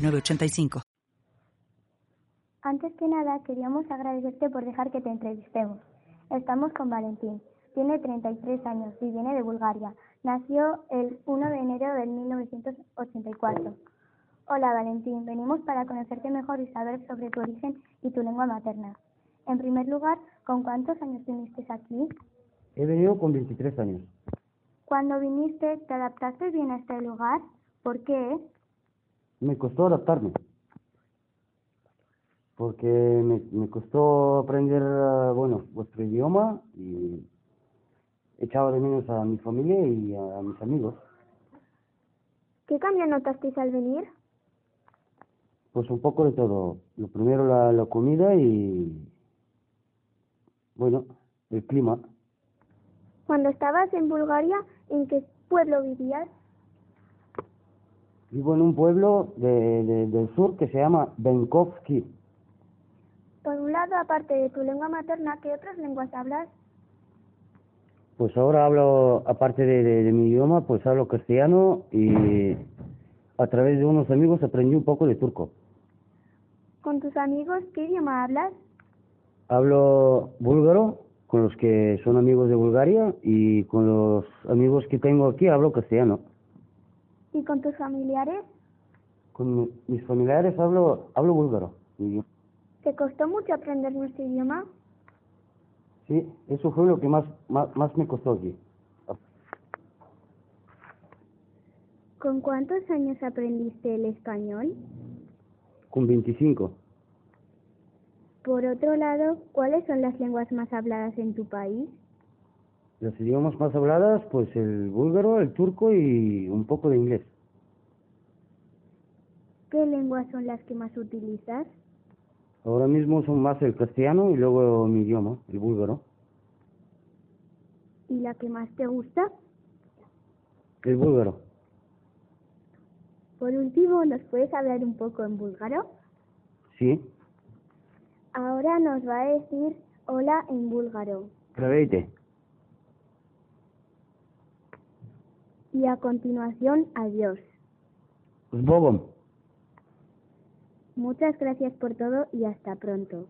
985. Antes que nada, queríamos agradecerte por dejar que te entrevistemos. Estamos con Valentín. Tiene 33 años y viene de Bulgaria. Nació el 1 de enero de 1984. Hola Valentín, venimos para conocerte mejor y saber sobre tu origen y tu lengua materna. En primer lugar, ¿con cuántos años viniste aquí? He venido con 23 años. Cuando viniste, ¿te adaptaste bien a este lugar? ¿Por qué? Me costó adaptarme, porque me, me costó aprender, uh, bueno, vuestro idioma y echaba de menos a mi familia y a, a mis amigos. ¿Qué cambio notasteis al venir? Pues un poco de todo. Lo primero la, la comida y, bueno, el clima. Cuando estabas en Bulgaria, ¿en qué pueblo vivías? Vivo en un pueblo de, de, del sur que se llama Benkovsky. Por un lado, aparte de tu lengua materna, ¿qué otras lenguas hablas? Pues ahora hablo, aparte de, de, mi idioma, pues hablo castellano y a través de unos amigos aprendí un poco de turco. ¿Con tus amigos qué idioma hablas? Hablo búlgaro con los que son amigos de Bulgaria y con los amigos que tengo aquí hablo castellano. ¿Y con tus familiares? Con mis familiares hablo, hablo búlgaro. ¿Te costó mucho aprender nuestro idioma? Sí, eso fue lo que más, más, más me costó aquí. ¿Con cuántos años aprendiste el español? Con 25. Por otro lado, ¿cuáles son las lenguas más habladas en tu país? Los idiomas más habladas, pues el búlgaro, el turco y un poco de inglés. ¿Qué lenguas son las que más utilizas? Ahora mismo son más el castellano y luego mi idioma, el búlgaro. ¿Y la que más te gusta? El búlgaro. Por último, ¿nos puedes hablar un poco en búlgaro? Sí. Ahora nos va a decir hola en búlgaro. Prevete. y a continuación adiós. Bogom. Muchas gracias por todo y hasta pronto.